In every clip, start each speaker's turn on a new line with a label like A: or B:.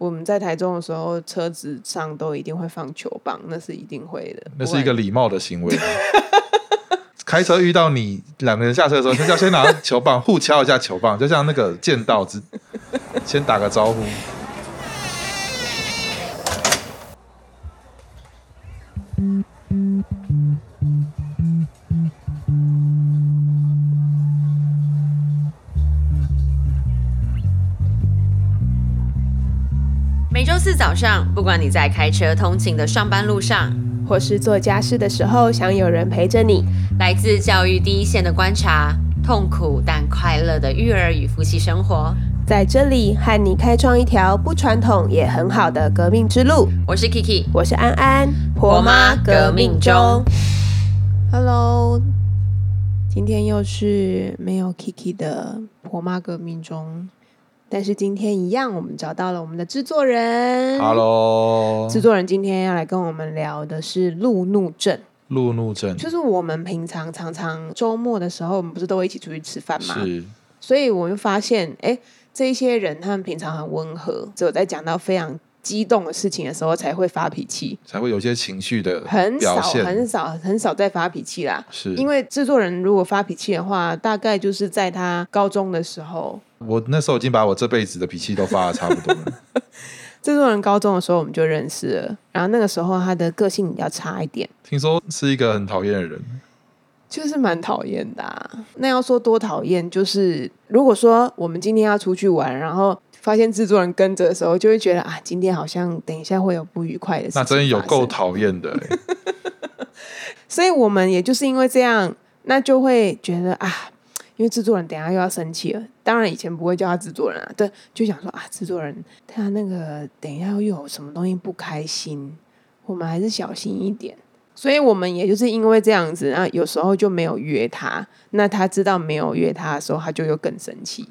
A: 我们在台中的时候，车子上都一定会放球棒，那是一定会的。
B: 那是一个礼貌的行为。开车遇到你两个人下车的时候，就是要先拿球棒互敲一下球棒，就像那个剑道之，先打个招呼。
A: 嗯
C: 每周四早上，不管你在开车通勤的上班路上，
A: 或是做家事的时候，想有人陪着你。
C: 来自教育第一线的观察，痛苦但快乐的育儿与夫妻生活。
A: 在这里和你开创一条不传统也很好的革命之路。
C: 我是 Kiki，
A: 我是安安，
C: 婆妈革命中。
A: Hello，今天又是没有 Kiki 的婆妈革命中，但是今天一样，我们找到了我们的制作人。
B: Hello，
A: 制作人今天要来跟我们聊的是路怒症，
B: 路怒症
A: 就是我们平常常常周末的时候，我们不是都会一起出去吃饭吗？
B: 是
A: 所以我就发现，哎，这一些人他们平常很温和，只有在讲到非常激动的事情的时候才会发脾气，
B: 才会有一些情绪的
A: 很少
B: 表现，
A: 很少很少在发脾气啦。
B: 是
A: 因为制作人如果发脾气的话，大概就是在他高中的时候。
B: 我那时候已经把我这辈子的脾气都发的差不多 了。
A: 制作人高中的时候我们就认识了，然后那个时候他的个性比较差一点，
B: 听说是一个很讨厌的人，
A: 就是蛮讨厌的、啊。那要说多讨厌，就是如果说我们今天要出去玩，然后发现制作人跟着的时候，就会觉得啊，今天好像等一下会有不愉快的事情
B: 那真有
A: 发
B: 够
A: 生
B: 讨厌的、欸。
A: 所以我们也就是因为这样，那就会觉得啊，因为制作人等一下又要生气了。当然以前不会叫他制作人啊，对，就想说啊，制作人他那个等一下又有什么东西不开心，我们还是小心一点。所以我们也就是因为这样子，那有时候就没有约他。那他知道没有约他的时候，他就又更生气。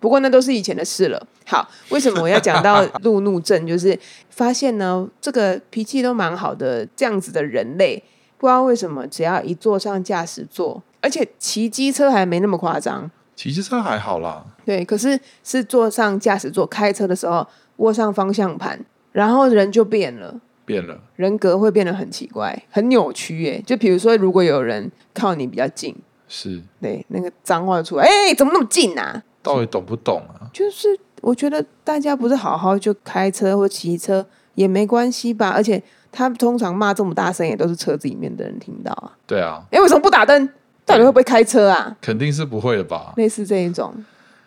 A: 不过那都是以前的事了。好，为什么我要讲到路怒症？就是发现呢，这个脾气都蛮好的这样子的人类，不知道为什么，只要一坐上驾驶座，而且骑机车还没那么夸张，
B: 骑机车还好啦，
A: 对，可是是坐上驾驶座开车的时候握上方向盘，然后人就变了。
B: 变了，
A: 人格会变得很奇怪，很扭曲耶。就比如说，如果有人靠你比较近，
B: 是
A: 对，那个脏话就出来，哎、怎么那么近啊？
B: 到底懂不懂啊？
A: 就是我觉得大家不是好好就开车或骑车也没关系吧，而且他通常骂这么大声，也都是车子里面的人听到啊。
B: 对啊，
A: 哎、为什么不打灯？到底会不会开车啊？
B: 肯定是不会的吧？
A: 类似这一种，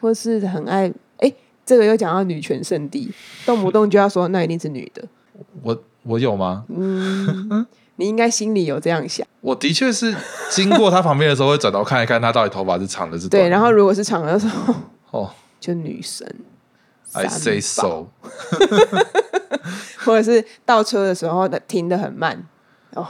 A: 或是很爱哎、这个又讲到女权圣地，动不动就要说那一定是女的。
B: 我我有吗？
A: 你应该心里有这样想，
B: 我的确是经过他旁边的时候会转头看一看，他到底头发是长的是短
A: 对。
B: 的。
A: 然后如果是场合说，
B: 哦、
A: 就女神
B: i
A: 三
B: say
A: 宝
B: so，
A: 或者是倒车的时候停的很慢，哦，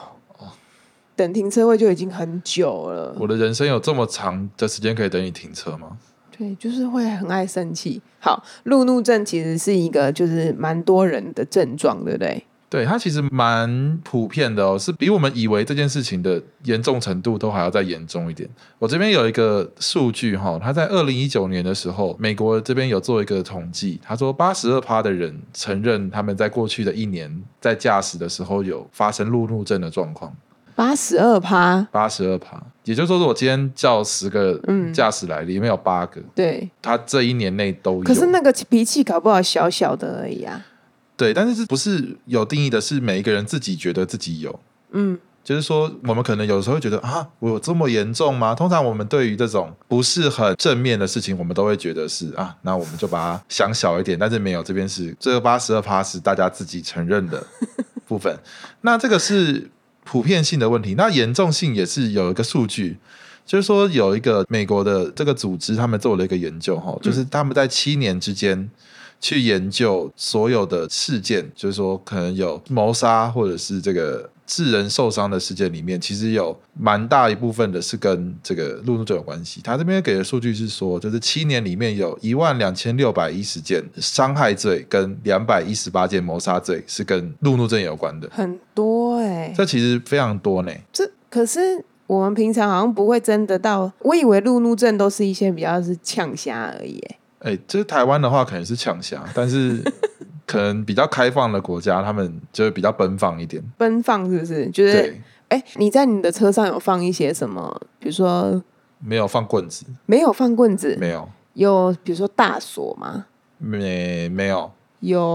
A: 等停车位就已经很久了。
B: 我的人生有这么长的时间可以等你停车吗？
A: 对，就是会很爱生气。好，路怒症其实是一个就是蛮多人的症状，对不对？
B: 对，它其实蛮普遍的哦，是比我们以为这件事情的严重程度都还要再严重一点。我这边有一个数据哈、它在二零一九年的时候，美国这边有做一个统计，他说八十二趴的人承认他们在过去的一年在驾驶的时候有发生路怒症的状况。
A: 八十二趴，
B: 八十二趴，也就是说，如果今天叫十个
A: 嗯
B: 驾驶来，里面有八个，
A: 对。
B: 他这一年内都有。
A: 可是那个脾气搞不好小小的而已啊。
B: 对，但是这不是有定义的，是每一个人自己觉得自己有。
A: 嗯，
B: 就是说，我们可能有时候会觉得啊，我有这么严重吗？通常我们对于这种不是很正面的事情，我们都会觉得是啊，那我们就把它想小一点。但是没有，这边是这个八十二趴是大家自己承认的部分。那这个是普遍性的问题，那严重性也是有一个数据。就是说，有一个美国的这个组织，他们做了一个研究，哈，就是他们在七年之间去研究所有的事件，就是说可能有谋杀或者是这个致人受伤的事件里面，其实有蛮大一部分的是跟这个路怒症有关系。他这边给的数据是说，就是七年里面有一万两千六百一十件伤害罪跟两百一十八件谋杀罪是跟路怒症有关的，
A: 很多哎、
B: 这其实非常多呢。
A: 这可是我们平常好像不会真的到，我以为路怒症都是一些比较是呛虾而已、欸。
B: 哎，这台湾的话可能是抢侠，但是可能比较开放的国家，他们就会比较奔放一点。
A: 奔放是不是？就是
B: 对，
A: 哎，你在你的车上有放一些什么？比如说
B: 没有放棍子，
A: 没有放棍子，
B: 没有，
A: 有比如说大锁吗？
B: 没没有，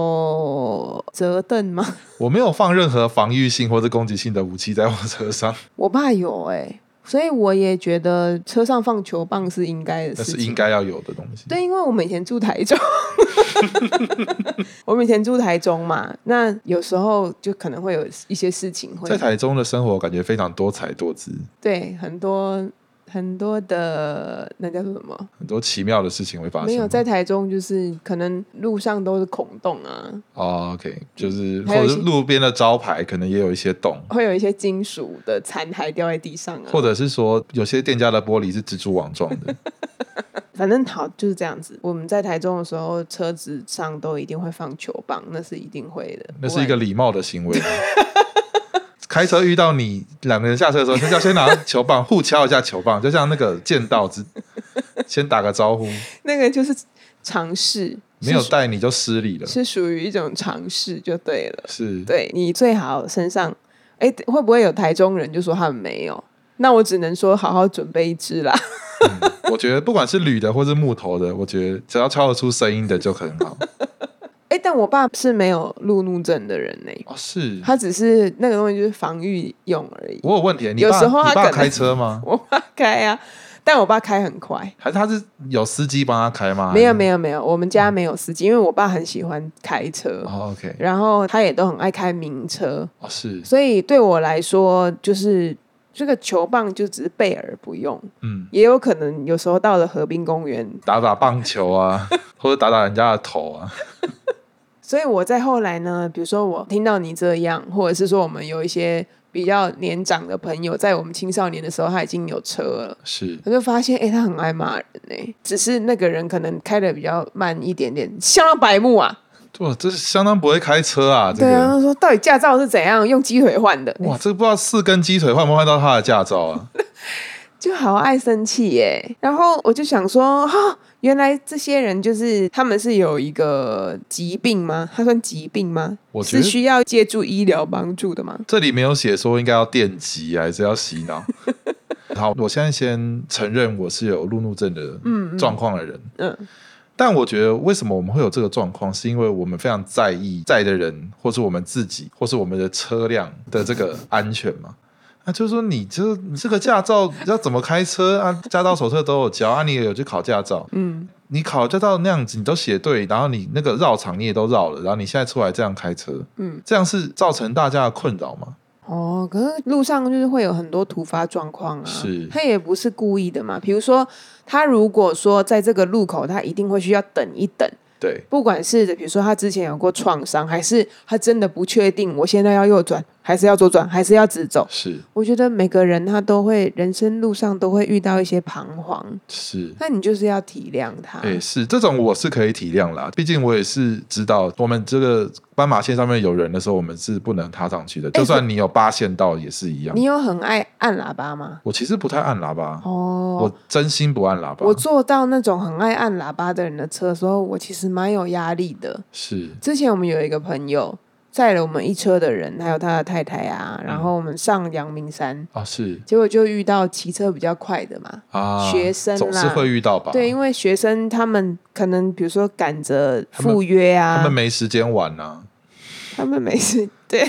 A: 有折凳吗？
B: 我没有放任何防御性或者攻击性的武器在我车上，
A: 我爸有哎、所以我也觉得车上放球棒是应该的
B: 那
A: 事
B: 是
A: 情。
B: 应该要有的东西。
A: 对，因为我们以前住台中， 我们以前住台中嘛，那有时候就可能会有一些事情会
B: 在台中的生活感觉非常多彩多姿，
A: 对很多很多的那叫做什么？
B: 很多奇妙的事情会发生。
A: 没有在台中，就是可能路上都是孔洞啊，
B: 哦，OK，就是或
A: 嗯还有
B: 者
A: 一些
B: 是路边的招牌可能也有一些洞，
A: 会有一些金属的残骸掉在地上啊，
B: 或者是说有些店家的玻璃是蜘蛛网状的。
A: 反正好就是这样子。我们在台中的时候，车子上都一定会放球棒，那是一定会的。
B: 那
A: 不
B: 是
A: 然
B: 一个礼貌的行为。开车遇到你两个人下车的时候，就是要先拿球棒互敲一下球棒，就像那个剑道之，先打个招呼。
A: 那个就是尝试，
B: 没有带你就失礼了，
A: 是属于一种尝试就对了。
B: 是
A: 对你最好身上，哎，会不会有台中人就说他们没有？那我只能说好好准备一支啦。
B: 我觉得不管是铝的或是木头的，我觉得只要敲得出声音的就很好。
A: 哎，但我爸是没有路怒症的人呢、
B: 哦，是
A: 他只是那个东西就是防御用而已。
B: 我有问题，你
A: 有
B: 爸
A: 时候他
B: 你爸
A: 可能
B: 开车吗？
A: 我爸开啊，但我爸开很快。
B: 还是他是有司机帮他开吗？
A: 没有
B: 有。
A: 没有没有，我们家没有司机，因为我爸很喜欢开车，
B: 哦，OK，
A: 然后他也都很爱开名车，
B: 哦是，
A: 所以对我来说，就是这个球棒就只是备而不用，
B: 嗯，
A: 也有可能有时候到了河滨公园，
B: 打打棒球啊， 或者打打人家的头啊，
A: 所以我在后来呢，比如说我听到你这样，或者是说我们有一些比较年长的朋友，在我们青少年的时候他已经有车了。
B: 是
A: 我就发现，哎、他很爱骂人哎、只是那个人可能开的比较慢一点点，相当白目啊。
B: 哇，这是相当不会开车啊，这
A: 对啊，
B: 个
A: 他说到底驾照是怎样用鸡腿换的？
B: 哇，这个不知道四根鸡腿换不换到他的驾照啊？
A: 就好爱生气耶。然后我就想说，哈、原来这些人就是他们是有一个疾病吗？他算疾病吗？
B: 我
A: 是
B: 觉得
A: 需要借助医疗帮助的吗？
B: 这里没有写说应该要电击啊还是要洗脑。好，我现在先承认我是有路怒症的状况的人，
A: 嗯，
B: 但我觉得为什么我们会有这个状况，是因为我们非常在意在的人，或是我们自己，或是我们的车辆的这个安全嘛。那、就是说你这你这个驾照要怎么开车啊？驾照手册都有教啊，你也有去考驾照，
A: 嗯，
B: 你考驾照那样子你都写对，然后你那个绕场你也都绕了，然后你现在出来这样开车，
A: 嗯，
B: 这样是造成大家的困扰吗？
A: 哦，可是路上就是会有很多突发状况啊，
B: 是
A: 他也不是故意的嘛。比如说，他如果说在这个路口，他一定会需要等一等，
B: 对，
A: 不管是比如说他之前有过创伤，还是他真的不确定我现在要右转，还是要左转，还是要直走，
B: 是
A: 我觉得每个人他都会人生路上都会遇到一些彷徨，
B: 是。
A: 那你就是要体谅他。
B: 哎、是这种我是可以体谅啦，毕竟我也是知道，我们这个斑马线上面有人的时候，我们是不能踏上去的。就算你有八线道也是一样
A: 你。有很爱按喇叭吗？
B: 我其实不太按喇叭，
A: 哦，
B: 我真心不按喇叭
A: 我。坐到那种很爱按喇叭的人的车的时候，我其实蛮有压力的。
B: 是
A: 之前我们有一个朋友载了我们一车的人，还有他的太太啊，
B: 嗯
A: 然后我们上阳明山，
B: 啊，是
A: 结果就遇到骑车比较快的嘛。
B: 啊，
A: 学生啦
B: 总是会遇到吧？
A: 对，因为学生他们可能比如说赶着赴约
B: 他
A: 啊
B: 们，没时间玩呐、
A: 他们没事， 对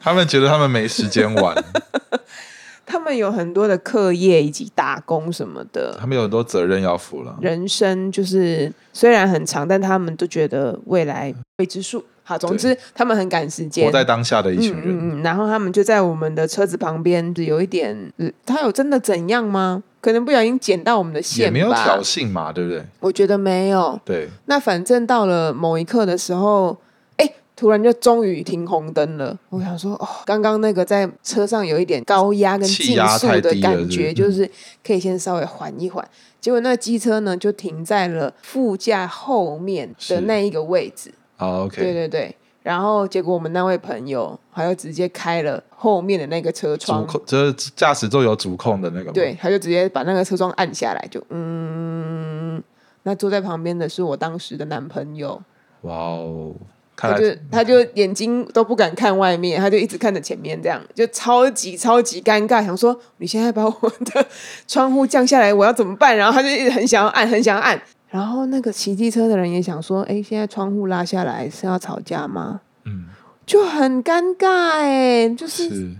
B: 他们觉得他们没时间玩，
A: 他们有很多的课业以及打工什么的
B: 他，们有很多责任要负了。
A: 人生就是虽然很长，但他们都觉得未来未知数。好，总之他们很赶时间
B: 活。在当下的一群
A: 嗯
B: 人，
A: 嗯嗯，然后他们就在我们的车子旁边，有一点，呃他有真的怎样吗？可能不小心剪到我们的线
B: 也
A: 吧。
B: 没有挑衅嘛，对不对？
A: 我觉得没有。
B: 对，
A: 那反正到了某一刻的时候，哎，突然就终于停红灯了。我想说，哦，刚刚那个在车上有一点高压跟
B: 气
A: 竞
B: 压
A: 速
B: 太
A: 的
B: 低了
A: 感觉，
B: 是不是
A: 就是可以先稍微缓一缓。结果那个机车呢，就停在了副驾后面
B: 是
A: 的那一个位置。
B: 好，OK，啊
A: 对对对。然后结果我们那位朋友，他就直接开了后面的那个车
B: 主
A: 窗，
B: 控就是驾驶座有主控的那个吗？
A: 对，他就直接把那个车窗按下来，就嗯。那坐在旁边的是我当时的男朋友，
B: 哇哦，看
A: 他
B: 来
A: 就他就眼睛都不敢看外面，他就一直看着前面，这样就超级超级尴尬，想说你现在把我的窗户降下来，我要怎么办？然后他就一直很想要按，很想要按。然后那个骑机车的人也想说，哎，现在窗户拉下来是要吵架吗？
B: 嗯
A: 就很尴尬哎、就是
B: 是。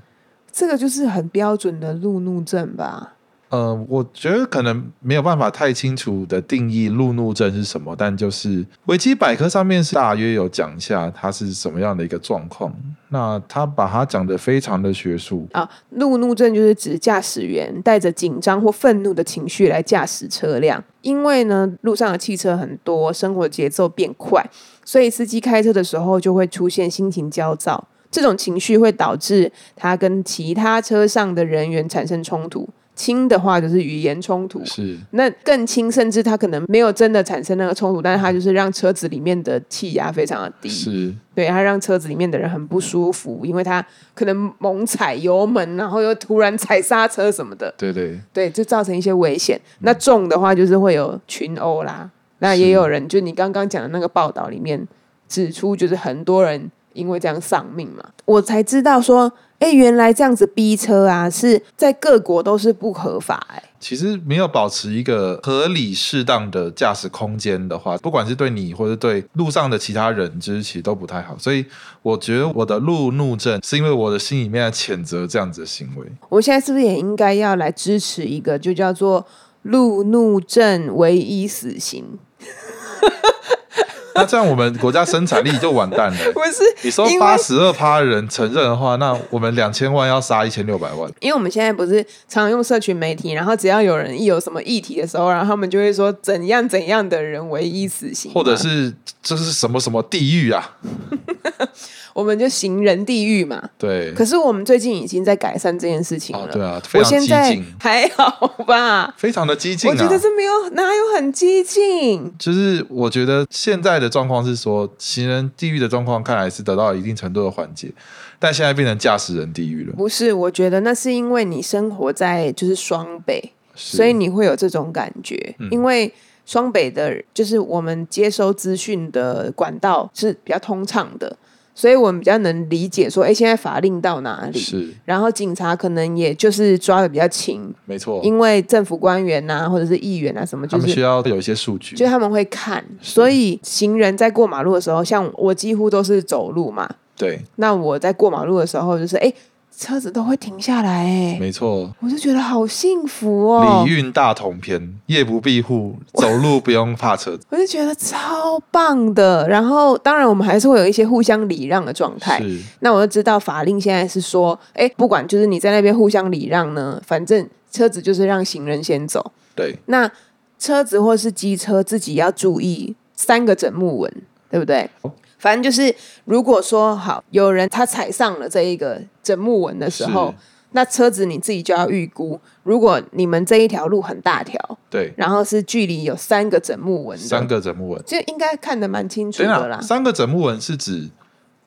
A: 这个就是很标准的路怒症吧？
B: 呃，我觉得可能没有办法太清楚的定义路怒症是什么，但就是维基百科上面是大约有讲一下它是什么样的一个状况。那他把它讲得非常的学术，
A: 啊，路怒症就是指驾驶员带着紧张或愤怒的情绪来驾驶车辆，因为呢路上的汽车很多，生活节奏变快，所以司机开车的时候就会出现心情焦躁，这种情绪会导致他跟其他车上的人员产生冲突，轻的话就是语言冲突，
B: 是
A: 那更轻，甚至他可能没有真的产生那个冲突，但是他就是让车子里面的气压非常的低，
B: 是
A: 对，他让车子里面的人很不舒服，因为他可能猛踩油门，然后又突然踩刹车什么的，
B: 对对，
A: 对，就造成一些危险。那重的话就是会有群殴啦，那也有人就你刚刚讲的那个报道里面指出，就是很多人因为这样丧命嘛。我才知道说，哎，原来这样子逼车啊，是在各国都是不合法、哎，
B: 其实没有保持一个合理适当的驾驶空间的话，不管是对你或者对路上的其他人，就是其实都不太好。所以我觉得我的路怒症是因为我的心里面在谴责这样子的行为。
A: 我现在是不是也应该要来支持一个，就叫做路怒症唯一死刑？
B: 那这样我们国家生产力就完蛋了、
A: 不是，
B: 你说
A: 因为
B: 八十二趴人承认的话，那我们两千万要杀一千六百万，
A: 因为我们现在不是常用社群媒体，然后只要有人一有什么议题的时候，然后他们就会说怎样怎样的人唯一死刑嘛，
B: 或者是这是什么什么地狱啊？
A: 我们就行人地狱嘛。
B: 对，
A: 可是我们最近已经在改善这件事情了，
B: 哦对啊，非
A: 我
B: 常
A: 现
B: 激
A: 在
B: 进，
A: 还好吧？
B: 非常的激进
A: 我
B: 啊！
A: 觉得这没有哪有很激进，
B: 就是我觉得现在的状况是说，行人地狱的状况看来是得到一定程度的缓解，但现在变成驾驶人地狱了。
A: 不是？我觉得那是因为你生活在就是双北，
B: 是嗯
A: 所以你会有这种感觉，因为双北的，就是我们接收资讯的管道是比较通畅的，所以我们比较能理解说，哎，现在法令到哪里？
B: 是
A: 然后警察可能也就是抓的比较勤，
B: 没错，
A: 因为政府官员呐、或者是议员啊什么，
B: 哦他
A: 就
B: 们需
A: 是
B: 要有一些数据
A: 就。他们会看，所以行人在过马路的时候，像我几乎都是走路嘛，
B: 对，
A: 那我在过马路的时候，就是哎，车子都会停下来，哎，
B: 没错。
A: 我就觉得好幸福哦，
B: 礼运大同篇，夜不闭户，走路不用 怕车。
A: 我就觉得超棒的。然后，当然我们还是会有一些互相礼让的状态。
B: 是
A: 那我就知道法令现在是说，哎，不管就是你在那边互相礼让呢，反正车子就是让行人先走。
B: 对，
A: 那车子或是机车自己要注意三个整木纹，对不对
B: 哦？
A: 反正就是，如果说好有人他踩上了这一个整木纹的时候
B: 是，
A: 那车子你自己就要预估，如果你们这一条路很大条，
B: 对，
A: 然后是距离有三个整木纹的，
B: 三个整木纹。
A: 就应该看得蛮清楚
B: 等一
A: 的啦
B: 下，。啊三个整木纹是指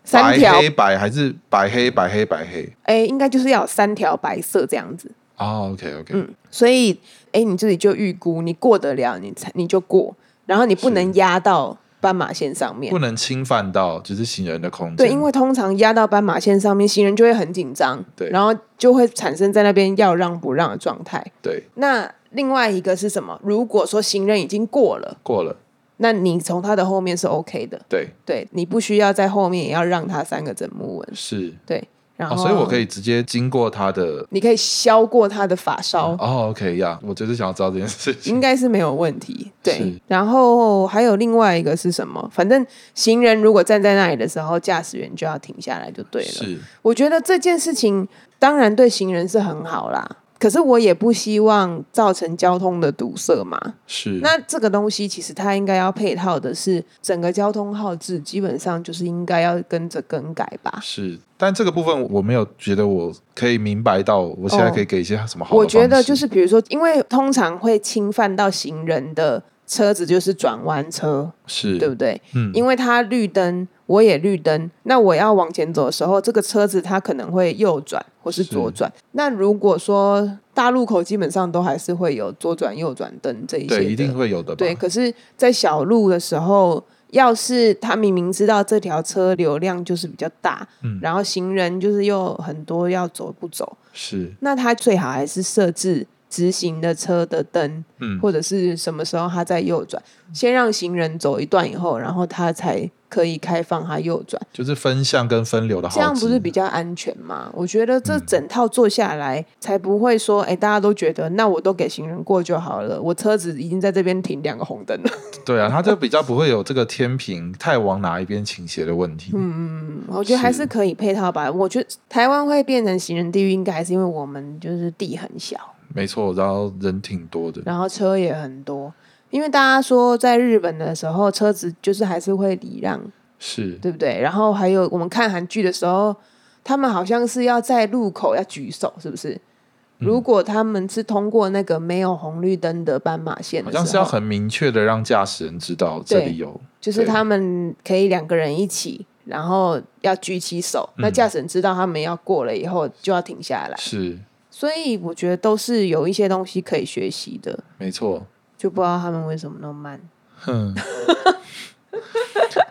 A: 三
B: 白
A: 条
B: 黑白还是白黑白黑白黑？
A: 哎，应该就是要有三条白色这样子。
B: 哦，OK OK，
A: 所以哎，你自己就预估你过得了，你才你就过，然后你不能压到斑马线上面
B: 不。能侵犯到就是行人的空间。
A: 对，因为通常压到斑马线上面，行人就会很紧张，
B: 对
A: 然后就会产生在那边要让不让的状态。
B: 对
A: 那另外一个是什么？如果说行人已经过了，
B: 过了，
A: 那你从他的后面是 OK 的，
B: 对
A: 对你不需要在后面也要让他三个整木纹，
B: 是
A: 对，然后、
B: 哦，所以我可
A: 以，
B: 以直接经过他的。
A: 你可以削过他的发梢，
B: 哦，OK 呀、我就是想要知道这件事情。
A: 应该是没有问题。对
B: 是，
A: 然后还有另外一个是什么？反正行人如果站在那里的时候，驾驶员就要停下来就对了。
B: 是
A: 我觉得这件事情当然对行人是很好啦，可是我也不希望造成交通的堵塞嘛。
B: 是，
A: 那这个东西其实它应该要配套的是整个交通号志，基本上就是应该要跟着更改吧。
B: 是，但这个部分我没有觉得我可以明白到，我现在可以给一些什么好的、
A: 我觉得就，是比如说，因为通常会侵犯到行人的车子就是转弯车，
B: 是
A: 对不对？
B: 嗯
A: 因为它绿灯，我也绿灯，那我要往前走的时候，这个车子它可能会右转或是左转。那如果说大路口基本上都还是会有左转、右转灯这一些的，
B: 对，一定会有的吧？
A: 对。可是，在小路的时候，要是他明明知道这条车流量就是比较大，
B: 嗯
A: 然后行人就是又很多要走不走，
B: 是，
A: 那他最好还是设置直行的车的灯，
B: 嗯，
A: 或者是什么时候他再右转，先让行人走一段以后，然后他才可以开放他右转，
B: 就是分项跟分流的好
A: 这样
B: 置
A: 不是比较安全吗？我觉得
B: 嗯
A: 这整套做下来，才不会说，哎、大家都觉得那我都给行人过就好了，我车子已经在这边停两个红灯了，
B: 对啊，它就比较不会有这个天平太往哪一边倾斜的问题。嗯，
A: 我觉得还
B: 是
A: 是可以配套吧。我觉得台湾会变成行人地狱，应该还是因为我们就是地很小。
B: 没错，然后人挺多的，
A: 然后车也很多。因为大家说在日本的时候，车子就是还是会礼让，
B: 是
A: 对不对？然后还有我们看韩剧的时候，他们好像是要在路口要举手，是不是？
B: 嗯
A: 如果他们是通过那个没有红绿灯的斑马线
B: 好
A: 的
B: 像是
A: 时
B: 要
A: 候，
B: 很明确的让驾驶人知道这里有，
A: 就是
B: 对
A: 他们可以两个人一起，然后要举起手，那驾驶人知道他们要过了以后就要停下来。
B: 嗯是
A: 所以我觉得都是有一些东西可以学习的，
B: 没错。
A: 就不知道他们为什么那么慢。
B: 哼。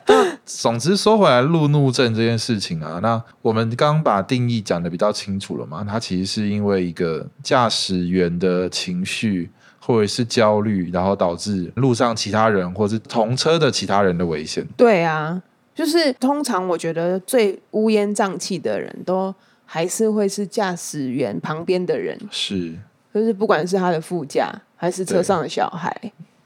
B: 但总之说回来，路怒症这件事情啊，那我们刚刚把定义讲的比较清楚了嘛，它其实是因为一个驾驶员的情绪或者是焦虑，然后导致路上其他人或是同车的其他人的危险。
A: 对啊，就是通常我觉得最乌烟瘴气的人都还是会是驾驶员旁边的人，
B: 是，
A: 就是不管是他的副驾还是车
B: 对
A: 上的小孩，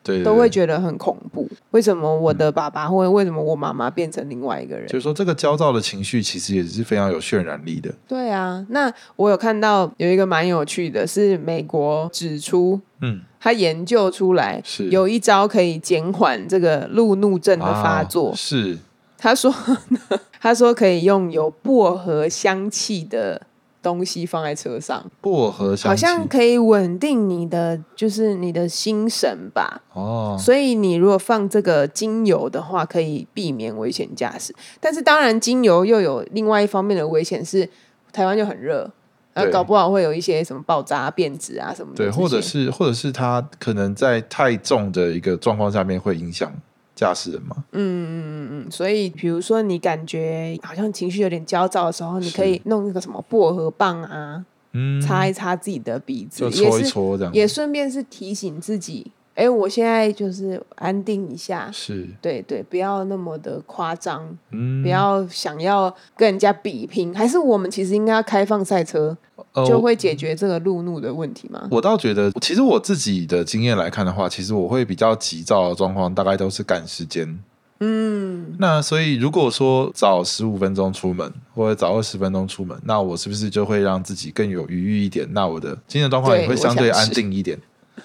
B: 对对
A: 都会
B: 对
A: 觉得很恐怖。为什么我的爸爸或为什么我妈妈变成另外一个人
B: 就？是说这个焦躁的情绪其实也是非常有渲染力的。
A: 对啊，那我有看到有一个蛮有趣的，是美国指出。
B: 嗯，
A: 他研究出来
B: 是
A: 有一招可以减缓这个路怒症的发作
B: 啊、，是
A: 他说 呢，他说可以用有薄荷香气的东西放在车上，
B: 薄荷香
A: 好
B: 气
A: 像可以稳定你的就是你的心神吧。
B: 哦，
A: 所以你如果放这个精油的话，可以避免危险驾驶。但是当然，精油又有另外一方面的危险是，台湾就很热。呃，
B: 对
A: 搞不好会有一些什么爆炸啊、变质啊什么的这
B: 对，
A: 些。
B: 或者是或者是它可能在太重的一个状况下面会影响驾驶人嘛？
A: 嗯，所以比如说你感觉好像情绪有点焦躁的时候，你
B: 是
A: 可以弄那个什么薄荷棒啊，
B: 嗯，
A: 擦一擦自己的鼻子，
B: 就
A: 也
B: 搓一
A: 是
B: 搓这样，
A: 也顺便是提醒自己，哎，我现在就是安定一下，
B: 是
A: 对对，不要那么的夸张，
B: 嗯，
A: 不要想要跟人家比拼，还是我们其实应该要开放赛车，
B: 呃
A: 就会解决这个路怒的问题吗？
B: 我倒觉得，其实我自己的经验来看的话，其实我会比较急躁的状况，大概都是赶时间。嗯，那所以如果说早十五分钟出门，或者早二十分钟出门，那我是不是就会让自己更有余裕一点？那我的精神状况也
A: 对
B: 会相对
A: 我想
B: 安
A: 是
B: 定一点。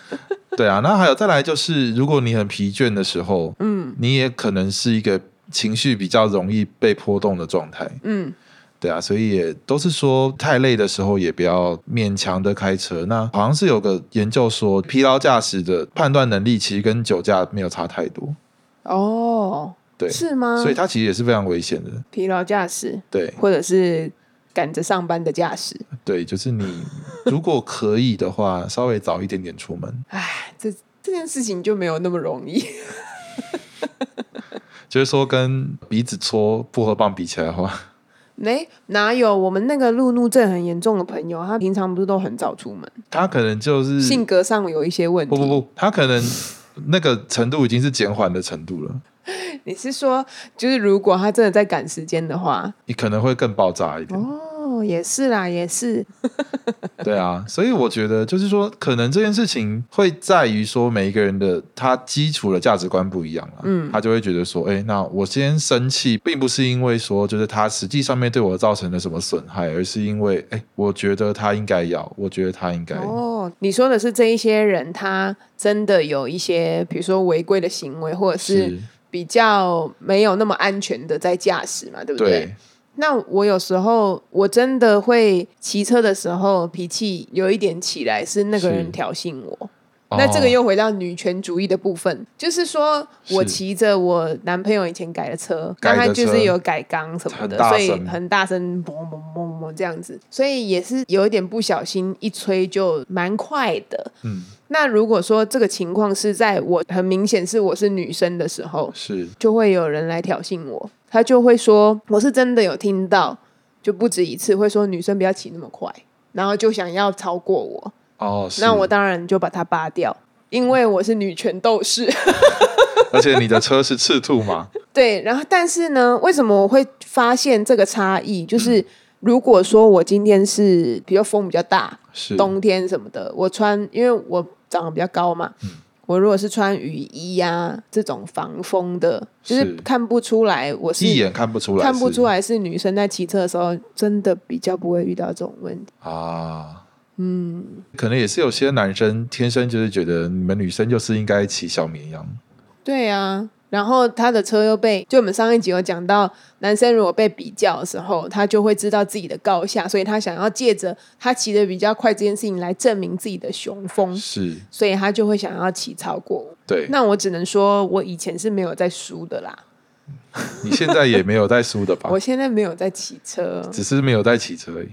B: 对啊，那还有再来就是，如果你很疲倦的时候，嗯，你也可能是一个情绪比较容易被波动的状态。
A: 嗯，
B: 对啊，所以也都是说太累的时候也不要勉强的开车。那好像是有个研究说，疲劳驾驶的判断能力其实跟酒驾没有差太多，
A: 哦，
B: 对，
A: 是吗？
B: 所以它其实也是非常危险的。
A: 疲劳驾驶
B: 对
A: 或者是赶着上班的驾驶，
B: 对，就是你如果可以的话，稍微早一点点出门，
A: 哎，这这件事情就没有那么容易。
B: 就是说跟鼻子搓薄荷棒比起来的话，
A: 没，哪有？我们那个路怒症很严重的朋友，他平常不是都很早出门，
B: 它可能就是
A: 性格上有一些问
B: 嗯不
A: 题。
B: 不不，它可能那个程度已经是减缓的程度了，
A: 你是说，就是如果他真的在赶时间的话，
B: 你可能会更爆炸一点。
A: 哦，也是啦，也是，
B: 对啊，所以我觉得就是说，可能这件事情会在于说每一个人的他基础的价值观不一样了，嗯，他就会觉得说，哎，那我今天生气，并不是因为说就是他实际上面对我造成了什么损害，而是因为，哎，我觉得他应该要，我觉得他应该，
A: 哦，你说的是这一些人，他真的有一些，比如说违规的行为，或者是
B: 是，
A: 比较没有那么安全的在驾驶嘛，对不
B: 对，
A: 那我有时候我真的会骑车的时候脾气有一点起来，是那个
B: 是
A: 人挑衅我。那这个
B: 哦
A: 又回到女权主义的部分，就是说我
B: 是
A: 骑着我男朋友以前改的车，
B: 改
A: 那
B: 的
A: 他就
B: 车
A: 是有改缸什么
B: 很
A: 的，
B: 大
A: 所以
B: 声
A: 很大声，嘣嘣嘣嘣红这样子，所以也是有一点不小心一吹就蛮快的。
B: 嗯，
A: 那如果说这个情况是在我很明显是我是女生的时候，
B: 是
A: 就会有人来挑衅我，他就会说我是真的有听到，就不止一次会说女生不要骑那么快，然后就想要超过我，
B: 哦，是
A: 那我当然就把它扒掉，因为我是女权斗士。
B: 而且你的车是赤兔嘛，
A: 对，然后但是呢，为什么我会发现这个差异？就是
B: 嗯
A: 如果说我今天是比较风比较大，
B: 是
A: 冬天什么的，我穿，因为我长得比较高嘛，
B: 嗯
A: 我如果是穿雨衣呀、这种防风的，就是
B: 是
A: 看不出来我是
B: 一眼看不出来，
A: 看不出
B: 来
A: 来是女生在骑车的时候，真的比较不会遇到这种问题。
B: 啊。嗯，可能也是有些男生天生就是觉得你们女生就是应该骑小绵羊，
A: 对啊，然后他的车又被，就我们上一集有讲到，男生如果被比较的时候，他就会知道自己的高下，所以他想要借着他骑得比较快这件事情来证明自己的雄风，
B: 是
A: 所以他就会想要骑超过我。
B: 对。
A: 那我只能说，我以前是没有在输的啦，
B: 你现在也没有在输的吧？
A: 我现在没有在骑车，
B: 只是没有在骑车而已，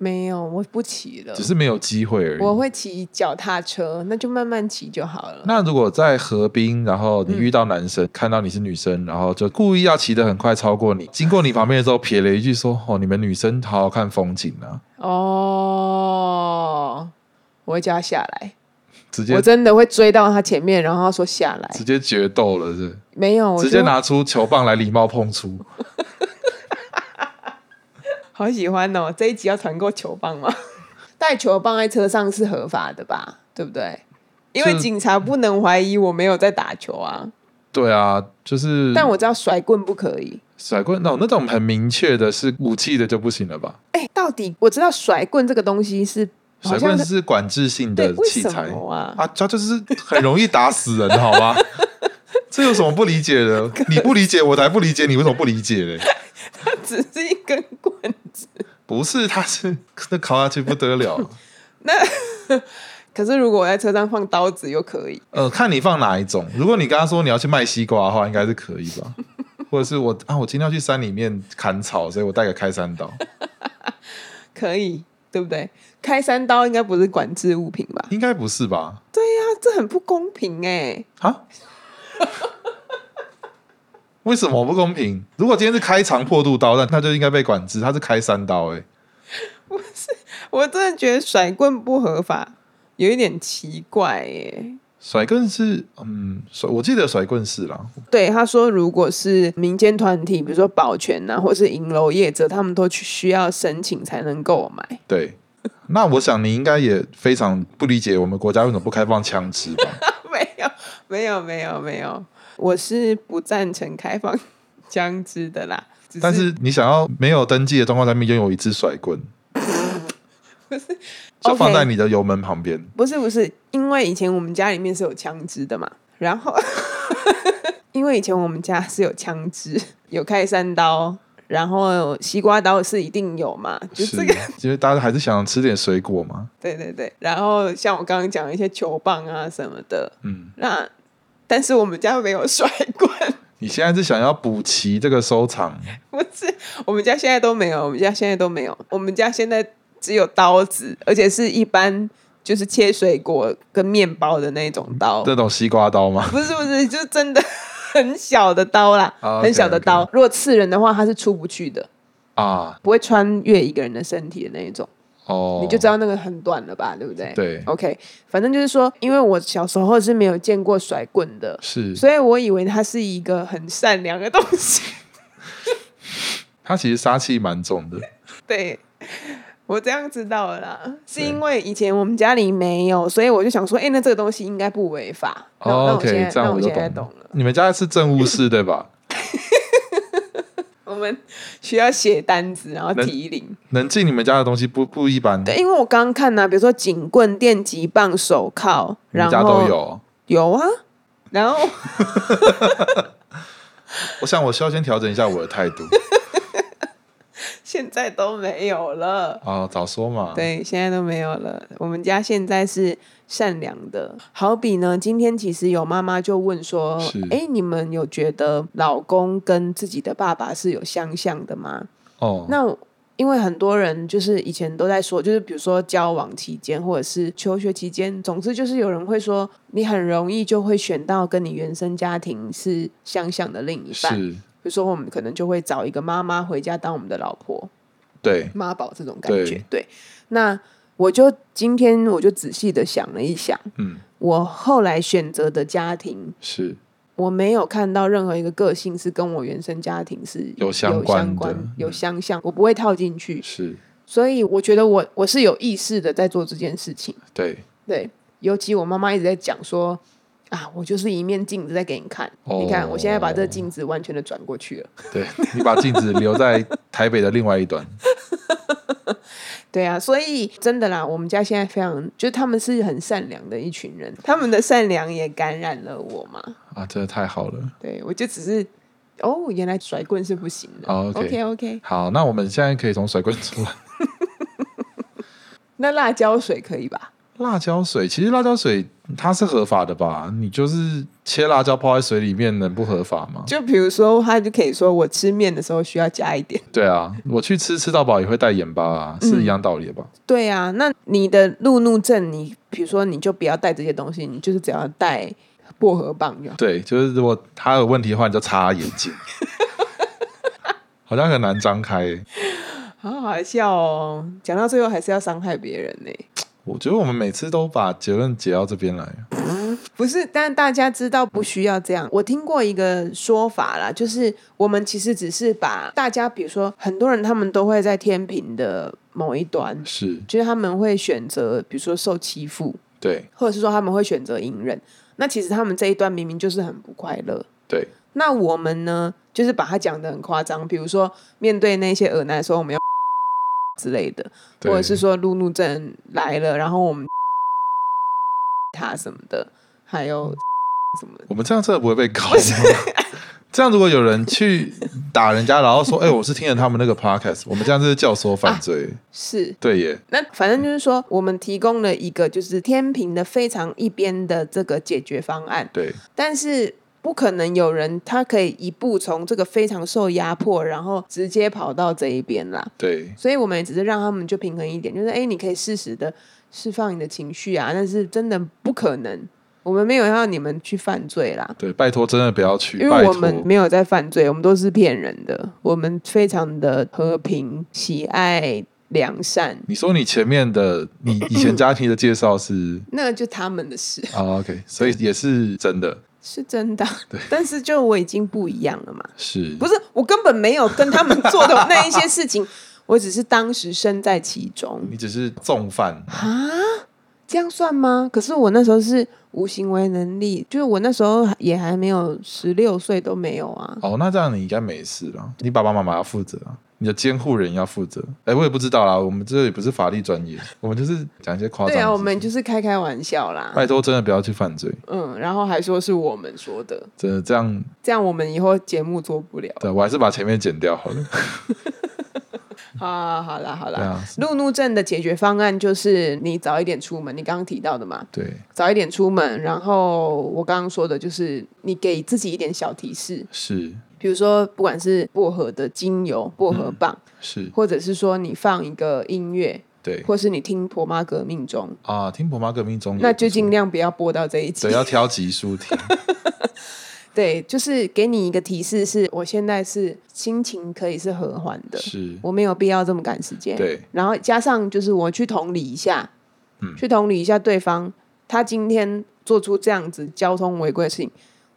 A: 没有，我不骑了
B: 只，是没有机会而已。
A: 我会骑脚踏车，那就慢慢骑就好了。
B: 那如果在河滨，然后你遇到男生，看到你是女生，然后就故意要骑得很快超过你，经过你旁边的时候，瞥了一句说：“哦，你们女生好好看风景啊
A: 哦，我会叫他下来，！”
B: 直
A: 我
B: 接
A: 真的会追到他前面，然后说下来。
B: 直接决斗了，是
A: 没有，
B: 不
A: 我
B: 是直
A: 就
B: 接拿出球棒来礼貌碰触。
A: 好喜欢哦！这一集要团购球棒吗？ 带球棒在车上是合法的吧？对不对？因为
B: 就嗯
A: 警察不能怀疑我没有在打球啊，
B: 对啊，就是。
A: 但我知道甩棍不可以。
B: 甩棍哦那种那种很明确的是武器的就不行了吧？
A: 哎，到底我知道甩棍这个东西是好
B: 甩
A: 像
B: 棍
A: 是
B: 是管制性
A: 对
B: 的，
A: 为
B: 器
A: 什
B: 材
A: 么啊？
B: 啊，他就是很容易打死人，好吗？ 这有什么不理解的？你不理解，我才不理解你为什么不理解嘞？
A: 只是一根棍子。
B: 不是，他是那考下去不 得了。
A: 可是如果我在车上放刀子又可以，
B: 呃，看你放哪一种。如果你跟他说你要去卖西瓜的话，应该是可以吧？ 或者是我啊，我今天要去山里面砍草，所以我带个开山刀，
A: 可以对不对？开山刀应该不是管制物品吧？
B: 应该不是吧？
A: 啊，这很不公平哎、
B: 啊？ 为什么不公平？如果今天是开肠破肚刀，那那就应该被管制。他是开山刀、欸，
A: 我真的觉得甩棍不合法，有一点奇怪欸耶。
B: 甩棍是，嗯，甩，我记得甩棍是啦，
A: 对，他说，如果是民间团体，比如说保全呐、啊，或是银楼业者，他们都去需要申请才能购买。
B: 对，那我想你应该也非常不理解我们国家为什么不开放枪支 吧？
A: 没有，没有，没有，没有，我是不赞成开放枪支的啦。只
B: 但是你想要没有登记的状况下面拥有一支甩棍，就
A: OK
B: 放在你的油门旁边。
A: 不是不是，因为以前我们家里面是有枪支的嘛，然后 因为以前我们家是有枪支，有开山刀，然后西瓜刀是一定有嘛，就是这个，
B: 因为大家还是想吃点水果嘛。
A: 对对对，然后像我刚刚讲的一些球棒啊什么的，
B: 嗯，
A: 那但是我们家没有甩棍，
B: 你现在是想要补齐这个收藏，
A: 不是，我们家现在都没有，我们家现在都没有，我们家现在只有刀子，而且是一般就是切水果跟面包的那种刀，
B: 这种西瓜刀吗？
A: 不是不是，就真的很小的刀啦
B: 啊，OK，
A: 很小的刀。如果刺人的话，它是出不去的，
B: 啊，
A: 不会穿越一个人的身体的那一种。
B: 哦，
A: 你就知道那个很短了吧，对不对？
B: 对
A: ，OK，反正就是说，因为我小时候是没有见过甩棍的，
B: 是
A: 所以我以为它是一个很善良的东西。
B: 它其实杀气蛮重的。
A: 对。我这样知道了啦，是因为以前我们家里没有，所以我就想说，哎、那这个东西应该不违法。那那
B: 哦
A: 我现在
B: ，OK，这
A: 那
B: 样
A: 我
B: 就
A: 现在懂
B: 懂
A: 了。。
B: 你们家是政务室对 吧？
A: 我们需要写单子，然后
B: 能
A: 提领。
B: 能进你们家的东西不不一般，
A: 对，因为我刚刚看呐、比如说警棍、电击棒、手铐，
B: 你
A: 然
B: 们
A: 后
B: 家都有哦。
A: 有啊，然后
B: 我想我需要先调整一下我的态 度
A: 现在都没有了。
B: 啊、早说嘛。，
A: 对，现在都没有了。我们家现在是善良的，好比呢，今天其实有妈妈就问说
B: 是：“
A: 哎，你们有觉得老公跟自己的爸爸是有相像的吗？”
B: 哦，
A: 那因为很多人就是以前都在说，就是比如说交往期间或者是求学期间，总之就是有人会说，你很容易就会选到跟你原生家庭是相像的另一半。
B: 是，
A: 比如说，我们可能就会找一个妈妈回家当我们的老婆，
B: 对，
A: 妈宝这种感觉。
B: 对
A: 对，那我就今天我就仔细的想了一想，
B: 嗯，
A: 我后来选择的家庭
B: 是
A: 我没有看到任何一个个性是跟我原生家庭是
B: 有相
A: 有
B: 关
A: 相关
B: 的嗯
A: 有相像，我不会套进去，
B: 是，
A: 所以我觉得我我是有意识的在做这件事情。
B: 对，
A: 对，尤其我妈妈一直在讲说啊，我就是一面镜子在给你看，
B: 哦
A: 你看我现在把这个镜子完全的转过去了。
B: 对 你把镜子留在台北的另外一端，
A: 对啊，所以真的啦，我们家现在非常，就是他们是很善良的一群人，他们的善良也感染了我嘛。
B: 啊，真的太好了。
A: 对我就只是哦，原来甩棍是不行的。
B: 哦
A: OK OK。
B: 好，那我们现在可以从甩棍出来。
A: 那辣椒水可以吧？
B: 辣椒水其实辣椒水它是合法的吧？你就是切辣椒泡在水里面，能不合法吗？
A: 就比如说，他就可以说我吃面的时候需要加一点。
B: 对啊，我去吃吃到饱也会带盐巴啊，
A: 嗯
B: 是一样道理的吧？
A: 对啊，那你的路怒症，你比如说你就不要带这些东西，你就是只要带薄荷棒就好。
B: 对，就是如果它有问题的话，你就擦眼 睛，好像很难张开欸、
A: 好好笑哦！讲到最后还是要伤害别人呢、
B: 我觉得我们每次都把结论结到这边来，
A: 不是，但大家知道不需要这样。我听过一个说法啦，就是我们其实只是把大家，比如说很多人他们都会在天平的某一端，
B: 是
A: 就是他们会选择，比如说受欺负，
B: 对
A: 或者是说他们会选择隐忍。那其实他们这一段明明就是很不快乐。
B: 对，
A: 那我们呢，就是把它讲的很夸张，比如说面对那些耳难说我们要 之类的，
B: 对
A: 或者是说路怒症来了，然后我们 他什么的，还有什么的
B: 我们这样真的不会被告吗？这样如果有人去打人家，然后说：“哎、我是听了他们那个 podcast，我们这样是教唆犯罪。
A: 啊是。
B: 对耶，
A: 那反正就是说，我们提供了一个就是天平的非常一边的这个解决方案，
B: 对
A: 但是不可能有人他可以一步从这个非常受压迫，然后直接跑到这一边啦。
B: 对
A: 所以我们也只是让他们就平衡一点，就是哎，诶你可以适时的释放你的情绪啊，但是真的不可能，我们没有要你们去犯罪啦，
B: 对，拜托，真的不要去，
A: 因
B: 拜
A: 为我
B: 托，
A: 们没有在犯罪，我们都是骗人的，我们非常的和平、喜爱、良善，
B: 你说你前面的 你以前家庭的介绍是
A: 那就他们的事
B: 啊、o k 所以也是真的，
A: 是真的，啊但是就我已经不一样了嘛，
B: 是
A: 不是我根本没有跟他们做的那一些事情， 我只是当时身在其中。
B: 你只是纵犯，
A: 啊，这样算吗？可是我那时候是无行为能力，就是我那时候也还没有十六岁都没有啊。
B: 哦，那这样你应该没事了，你爸爸妈妈要负责啊，你的监护人要负责。哎，我也不知道啦，我们这也不是法律专业，我们就是讲一些夸张的事情。
A: 对啊，我们就是开开玩笑啦，
B: 拜托，真的不要去犯罪，
A: 嗯，然后还说是我们说的，
B: 真的这样，
A: 这样我们以后节目做不了。
B: 对我还是把前面剪掉好了。
A: 好啊，好啦，好
B: 对
A: 啦。
B: 啊，
A: 路怒症的解决方案就是你早一点出门，你刚刚提到的嘛，
B: 对，
A: 早一点出门。然后我刚刚说的就是你给自己一点小提示，
B: 是
A: 比如说不管是薄荷的精油、薄荷棒，
B: 是，
A: 或者是说你放一个音乐，
B: 对
A: 或是你听《婆妈革命》中，
B: 啊，听婆妈革命中也
A: 那
B: 不
A: 就
B: 错
A: 尽量不要播到这一集
B: 对。啊要挑集书 听，
A: 对，就是给你一个提示是，我现在是心情可以是和缓的，
B: 是
A: 我没有必要这么赶时间。
B: 对，
A: 然后加上就是我去同理一下，
B: 嗯
A: 去同理一下对方，他今天做出这样子交通违规的事情。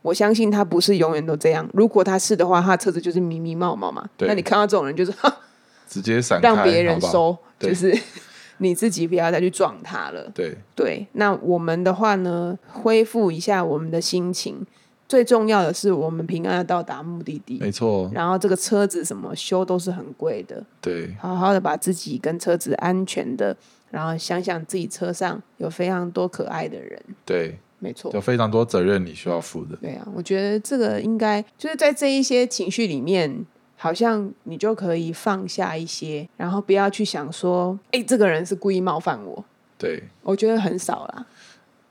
A: 我相信他不是永远都这样。如果他是的话，他的车子就是迷迷冒冒嘛。
B: 对
A: 那你看到这种人，就是
B: 直接闪开，
A: 让别人
B: 好不好。
A: 收，
B: 对
A: 就是 你自己不要再去撞他了。
B: 对，
A: 对，那我们的话呢，恢复一下我们的心情，最重要的是我们平安的到达目的地。
B: 没错，
A: 然后这个车子什么修都是很贵的，
B: 对，
A: 好好的把自己跟车子安全的，然后想想自己车上有非常多可爱的人，
B: 对，
A: 没错
B: 有。非常多责任你需要负的。
A: 对啊，我觉得这个应该就是在这一些情绪里面，好像你就可以放下一些，然后不要去想说，哎，这个人是故意冒犯我，
B: 对，
A: 我觉得很少啦，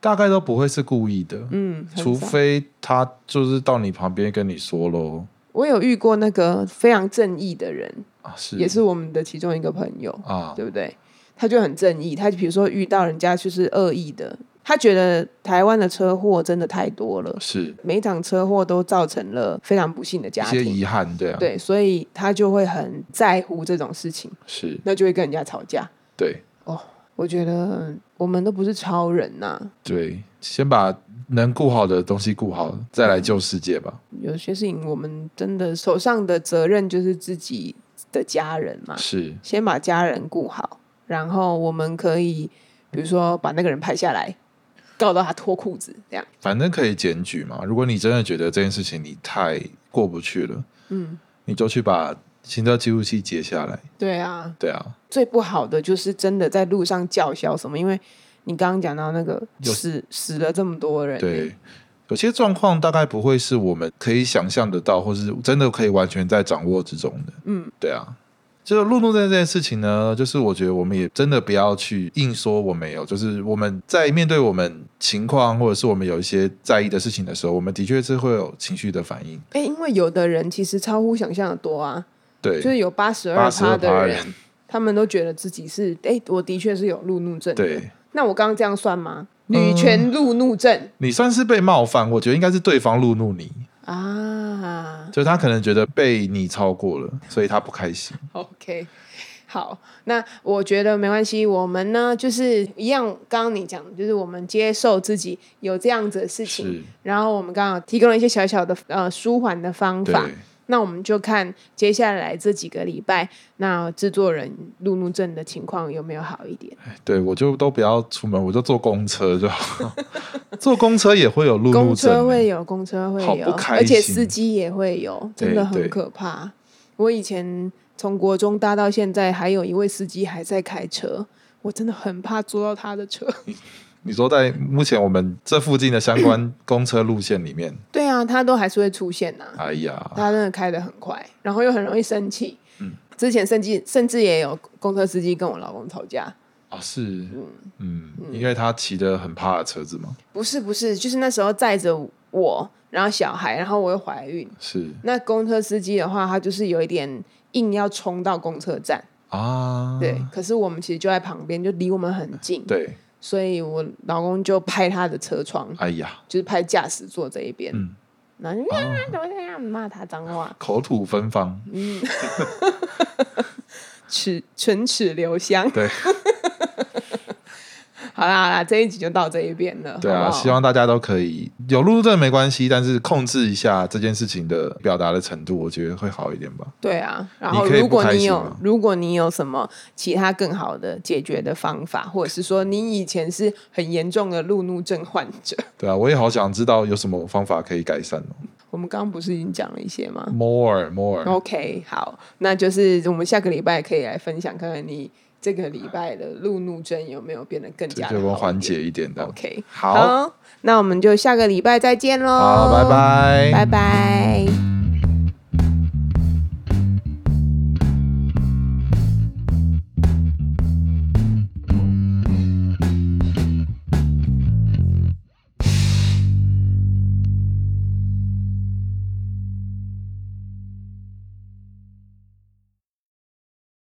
B: 大概都不会是故意的，
A: 嗯，很
B: 除
A: 少
B: 非他就是到你旁边跟你说喽。
A: 我有遇过那个非常正义的人，
B: 啊，是
A: 也是我们的其中一个朋友，
B: 啊，
A: 对不对？他就很正义，他比如说遇到人家就是恶意的，他觉得台湾的车祸真的太多了，
B: 是
A: 每一场车祸都造成了非常不幸的
B: 一
A: 家
B: 些
A: 庭，
B: 遗憾，对啊，
A: 对，所以他就会很在乎这种事情，
B: 是，
A: 那就会跟人家吵架。
B: 对
A: 我觉得我们都不是超人呐、
B: 对，先把能顾好的东西顾好，再来救世界吧。
A: 有些事情我们真的手上的责任就是自己的家人嘛，
B: 是
A: 先把家人顾好，然后我们可以比如说把那个人拍下来，告到他脱裤子这样。
B: 反正可以检举嘛。如果你真的觉得这件事情你太过不去了，
A: 嗯，
B: 你就去把行车记录器截下来。
A: 对啊，
B: 对啊，
A: 最不好的就是真的在路上叫嚣什么，因为你刚刚讲到那个
B: 有
A: 死死了这么多人，
B: 对，有些状况大概不会是我们可以想象得到，或是真的可以完全在掌握之中的。
A: 嗯，
B: 对啊。就是路怒症这件事情呢，就是我觉得我们也真的不要去硬说我没有，就是我们在面对我们情况或者是我们有一些在意的事情的时候，我们的确是会有情绪的反应。
A: 哎、因为有的人其实超乎想象的多啊，
B: 对，
A: 就是有八十二趴
B: 82%
A: 的
B: 的
A: 人，他们都觉得自己是，哎、我的确是有路怒症。，
B: 对
A: 那我刚刚这样算吗？女权路怒症、
B: 你算是被冒犯，我觉得应该是对方路怒你，
A: 啊
B: 就是他可能觉得被你超过了，所以他不开心。
A: ，OK。好，那我觉得没关系。我们呢，就是一样，刚刚你讲的，就是我们接受自己有这样子的事情
B: 是，，
A: 然后我们刚好提供了一些小小的呃舒缓的方
B: 对
A: 法。那我们就看接下来这几个礼拜，那制作人路怒症的情况有没有好一点？
B: 对，我就都不要出门，我就坐公车就好。 坐公车也会有路怒
A: 公
B: 症欸、
A: 车会有，公车会
B: 好
A: 有
B: 不，开
A: 而且
B: 心
A: 司机也会有，真的
B: 对
A: 很
B: 对
A: 可怕。我以前从国中搭到现在，还有一位司机还在开车，我真的很怕坐到他的车。
B: 你说在目前我们这附近的相关公车路线 里面，
A: 对啊，他都还是会出现呐、
B: 哎呀，
A: 他真的开得很快，然后又很容易生气。
B: 嗯
A: 之前甚至甚至也有公车司机跟我老公吵架，
B: 啊是，嗯，因为他骑的很趴的车子嘛，
A: 不是不是，就是那时候载着我，然后小孩，然后我又怀孕。
B: 是
A: 那公车司机的话，他就是有一点硬要冲到公车站，
B: 啊，
A: 对。可是我们其实就在旁边，就离我们很近，
B: 对，
A: 所以我老公就拍他的车窗，
B: 哎呀，
A: 就是拍驾驶座这一边，
B: 嗯啊
A: 然后就啊怎么这样骂他脏话，
B: 口吐芬芳，
A: 嗯齿唇齿留香。
B: 对
A: 好啦好啦，这一集就到这一边了，
B: 对
A: 好
B: 啊，
A: 不好
B: 希望大家都可以有路怒症没关系，但是控制一下这件事情的表达的程度，我觉得会好一点吧。
A: 对啊，然后
B: 你可以
A: 如果
B: 不开
A: 你
B: 心
A: 有
B: 吗
A: 如果你有什么其他更好的解决的方法，或者是说你以前是很严重的路怒症患者，
B: 对啊，我也好想知道有什么方法可以改善 哦。
A: 我们刚刚不是已经讲了一些
B: 嗯
A: 吗
B: More more，、
A: ？OK，好，那就是我们下个礼拜可以来分享，看看你这个礼拜的路怒症有没有变得更
B: 对
A: 加
B: 对，我
A: 的好
B: 缓
A: 一点
B: 解一点的。
A: OK，
B: 好，
A: 那我们就下个礼拜再见喽，
B: 好，拜，拜，
A: 拜拜。